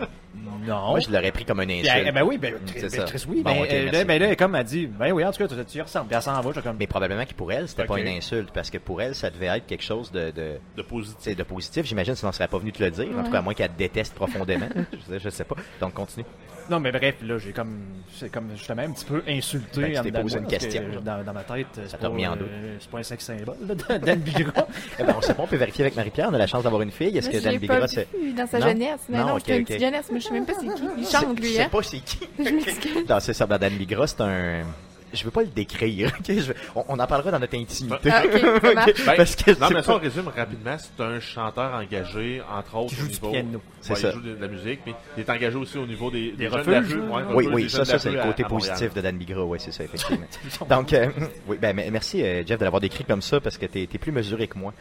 Speaker 3: Non.
Speaker 2: Moi, je l'aurais pris comme un
Speaker 3: Ben,
Speaker 2: insulte.
Speaker 3: Oh.
Speaker 2: Mm,
Speaker 3: eh ben oui, ben, Chris,
Speaker 2: C'est
Speaker 3: ben,
Speaker 2: ça.
Speaker 3: Chris, oui.
Speaker 2: Bon,
Speaker 3: ben,
Speaker 2: ok,
Speaker 3: euh, là,
Speaker 2: merci.
Speaker 3: ben là, comme elle dit, ben oui, en tout cas, tu, tu y ressembles. Puis elle s'en va, je suis comme.
Speaker 2: Mais probablement que pour elle, c'était
Speaker 3: Ok.
Speaker 2: pas une insulte, parce que pour elle, ça devait être quelque chose de, de,
Speaker 4: de positif.
Speaker 2: tu sais, de positif. J'imagine, sinon, elle serait pas venue te le dire. En tout cas, à moins qu'elle te
Speaker 3: (laughs)
Speaker 2: déteste profondément. je, sais, je sais pas. Donc, continue.
Speaker 3: Non, mais bref, là, j'ai comme. C'est comme, justement, un petit peu insulté.
Speaker 2: Ben, tu
Speaker 3: en
Speaker 2: t'es
Speaker 3: dedans de
Speaker 2: posé
Speaker 3: moi,
Speaker 2: une
Speaker 3: parce que,
Speaker 2: question.
Speaker 3: euh, Dans, dans ma tête, c'est
Speaker 2: t'a
Speaker 3: pas,
Speaker 2: remis en doute.
Speaker 3: euh, c'est pas un sex symbole, là, Dan
Speaker 2: (laughs)
Speaker 3: Bigra.
Speaker 2: Eh ben, on sait pas, on peut vérifier avec Marie-Pierre. On a la chance d'avoir une fille. Est-ce que
Speaker 7: Moi, je
Speaker 2: Dan
Speaker 7: l'ai pas
Speaker 2: Bigra, c'est.
Speaker 7: vu dans sa
Speaker 2: Non?
Speaker 7: jeunesse. Mais
Speaker 2: Non,
Speaker 7: non,
Speaker 2: ok,
Speaker 7: j'étais une
Speaker 2: ok.
Speaker 7: petite jeunesse, mais je sais même pas c'est qui.
Speaker 2: (laughs)
Speaker 7: Il
Speaker 2: Je
Speaker 7: chante, lui,
Speaker 2: sais
Speaker 7: hein.
Speaker 2: pas c'est qui.
Speaker 7: Je m'excuse.
Speaker 2: Non, c'est ça, ben, Dan Bigra, c'est un. Je veux pas le décrire. (laughs) ok? Je veux- on, on en parlera dans notre intimité.
Speaker 7: Ah, ok, ça marche.
Speaker 2: (laughs) Ok, (laughs) Parce que
Speaker 4: Ben, non,
Speaker 2: c'est
Speaker 4: mais
Speaker 2: pas-
Speaker 4: ça, on résume rapidement. C'est un chanteur engagé, entre autres,
Speaker 3: joue
Speaker 4: au
Speaker 3: du
Speaker 4: niveau.
Speaker 3: piano.
Speaker 2: C'est
Speaker 4: Ouais,
Speaker 2: ça.
Speaker 4: Il joue de, de la musique, mais il est engagé aussi au niveau des, des, jeunes
Speaker 3: refuges,
Speaker 4: de la rue, ouais,
Speaker 2: Oui,
Speaker 4: refuges,
Speaker 2: oui,
Speaker 4: des
Speaker 2: ça,
Speaker 4: jeunes de
Speaker 2: ça
Speaker 4: la
Speaker 2: c'est le
Speaker 4: rue à-
Speaker 2: côté
Speaker 4: à Montréal.
Speaker 2: positif de Dan Bigra, oui, c'est
Speaker 4: (laughs)
Speaker 2: ça, effectivement. Donc, euh, oui, ben, mais- merci, euh, Jeff, de l'avoir décrit comme ça, parce que t'es t'es plus mesuré que moi.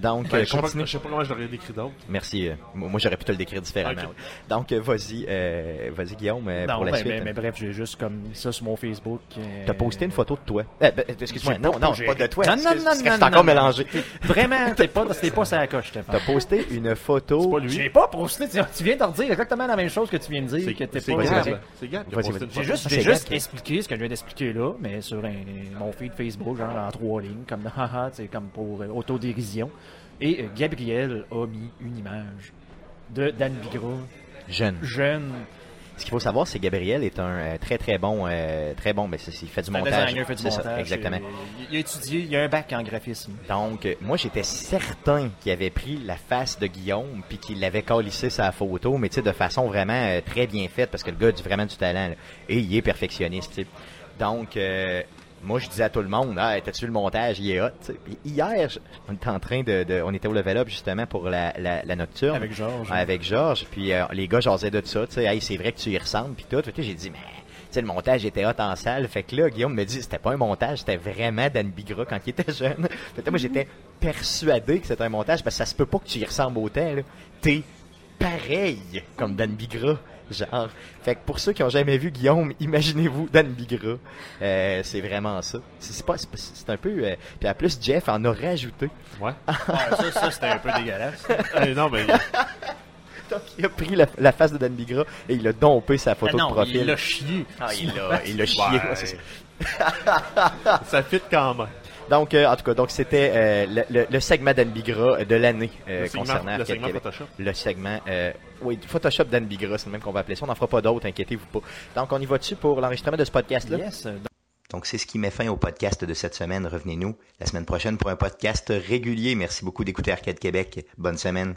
Speaker 2: Donc,
Speaker 4: Ben,
Speaker 2: euh,
Speaker 4: je, sais
Speaker 2: continue.
Speaker 4: pas, je sais pas comment je l'aurais décrit d'autre.
Speaker 2: Merci. euh, moi, moi, j'aurais pu te le décrire différemment.
Speaker 4: Ok.
Speaker 2: oui. Donc, euh, vas-y, euh, vas-y, Guillaume, euh,
Speaker 3: non, ben,
Speaker 2: pour la
Speaker 3: mais,
Speaker 2: suite.
Speaker 3: mais- mais bref, j'ai juste comme ça sur mon Facebook. euh,
Speaker 2: T'as posté une photo de toi. Eh, ben, excuse-moi,
Speaker 3: J'ai
Speaker 2: non,
Speaker 3: pas
Speaker 2: non,
Speaker 3: posé.
Speaker 2: pas de toi.
Speaker 3: Non, non,
Speaker 2: excuse-
Speaker 3: non,
Speaker 2: parce que
Speaker 3: non,
Speaker 2: je suis
Speaker 3: non,
Speaker 2: encore
Speaker 3: non.
Speaker 2: mélangé.
Speaker 3: (laughs) Vraiment, t'es pas, t'es pas sur la coche, Stéphane.
Speaker 2: T'as posté une
Speaker 4: C'est
Speaker 2: photo.
Speaker 4: pas
Speaker 3: J'ai
Speaker 4: lui.
Speaker 3: pas posté, tu tu viens de redire exactement la même chose que tu viens de dire, que t'es
Speaker 4: C'est
Speaker 3: pas.
Speaker 2: Vas-y,
Speaker 4: Gab.
Speaker 2: vas-y.
Speaker 4: C'est Gab. qui a
Speaker 2: Vas-y,
Speaker 4: posté
Speaker 2: vas-y.
Speaker 4: une
Speaker 3: J'ai
Speaker 4: photo.
Speaker 3: juste,
Speaker 2: C'est
Speaker 3: j'ai juste
Speaker 2: gag.
Speaker 3: expliqué ce que je viens d'expliquer là, mais sur un, mon feed Facebook, genre en trois lignes, comme (laughs) haha, c'est comme pour euh, autodérision. Et euh, Gabriel a mis une image de Dan Bigra,
Speaker 2: Jeune.
Speaker 3: jeune,
Speaker 2: Ce qu'il faut savoir, c'est que Gabriel est un euh, très très bon, euh, très bon. Mais c'est, il fait du
Speaker 3: un
Speaker 2: montage.
Speaker 3: designer, fait du
Speaker 2: c'est ça,
Speaker 3: montage, euh,
Speaker 2: exactement.
Speaker 3: et- il a étudié, il a un bac en graphisme.
Speaker 2: Donc, euh, moi, j'étais certain qu'il avait pris la face de Guillaume puis qu'il l'avait calissé sa photo, mais tu sais, de façon vraiment euh, très bien faite parce que le gars a du- vraiment du talent là. et il est perfectionniste. tu sais. Donc, euh, moi, je disais à tout le monde, ah, t'as-tu le montage, il est hot. tu sais. Puis Hier, je- on était en train de, de- on était au level up justement pour la, la, la nocturne.
Speaker 3: Avec Georges.
Speaker 2: Ouais, avec Georges. Puis euh, les gars jasaient de ça. Tu sais, hey, c'est vrai que tu y ressembles. Puis tout. Fait que J'ai dit, mais. tu sais, le montage était hot en salle. Fait que là, Guillaume me dit, c'était pas un montage, c'était vraiment Dan Bigra quand il était (laughs) jeune. Fait que moi, j'étais persuadé que c'était un montage parce que ça se peut pas que tu y ressembles autant. là. T'es pareil comme Dan Bigra. Genre. Fait que pour ceux qui ont jamais vu Guillaume, imaginez-vous Dan Bigra. Euh, c'est vraiment ça. C'est c'est pas, c'est pas- c'est un peu. euh, Puis en plus, Jeff en a rajouté. (laughs)
Speaker 4: Ouais.
Speaker 3: ça, c'était un peu dégueulasse.
Speaker 4: Eh, non, mais
Speaker 2: Donc, il a pris la, la face de Dan Bigra et il a dompé sa photo
Speaker 3: (laughs) Ah non,
Speaker 2: de profil.
Speaker 3: il l'a chié.
Speaker 2: Ah, il
Speaker 4: (laughs)
Speaker 2: l'a, il l'a chié.
Speaker 4: Ouais.
Speaker 2: ouais, c'est ça.
Speaker 4: ça fit quand même.
Speaker 2: Donc, euh, en tout cas, donc c'était euh, le, le- le segment d'Anne Bigra de l'année euh,
Speaker 4: le segment-
Speaker 2: concernant
Speaker 4: le
Speaker 2: Arcade
Speaker 4: segment
Speaker 2: Québec.
Speaker 4: Photoshop.
Speaker 2: Le segment, euh, oui, Photoshop d'Anne Bigra, c'est le même qu'on va appeler ça. On n'en fera pas d'autres, inquiétez-vous pas. Donc, on y va dessus pour l'enregistrement de ce podcast-là.
Speaker 3: Yes, donc,
Speaker 2: Donc, c'est ce qui met fin au podcast de cette semaine. Revenez-nous la semaine prochaine pour un podcast régulier. Merci beaucoup d'écouter Arcade Québec. Bonne semaine.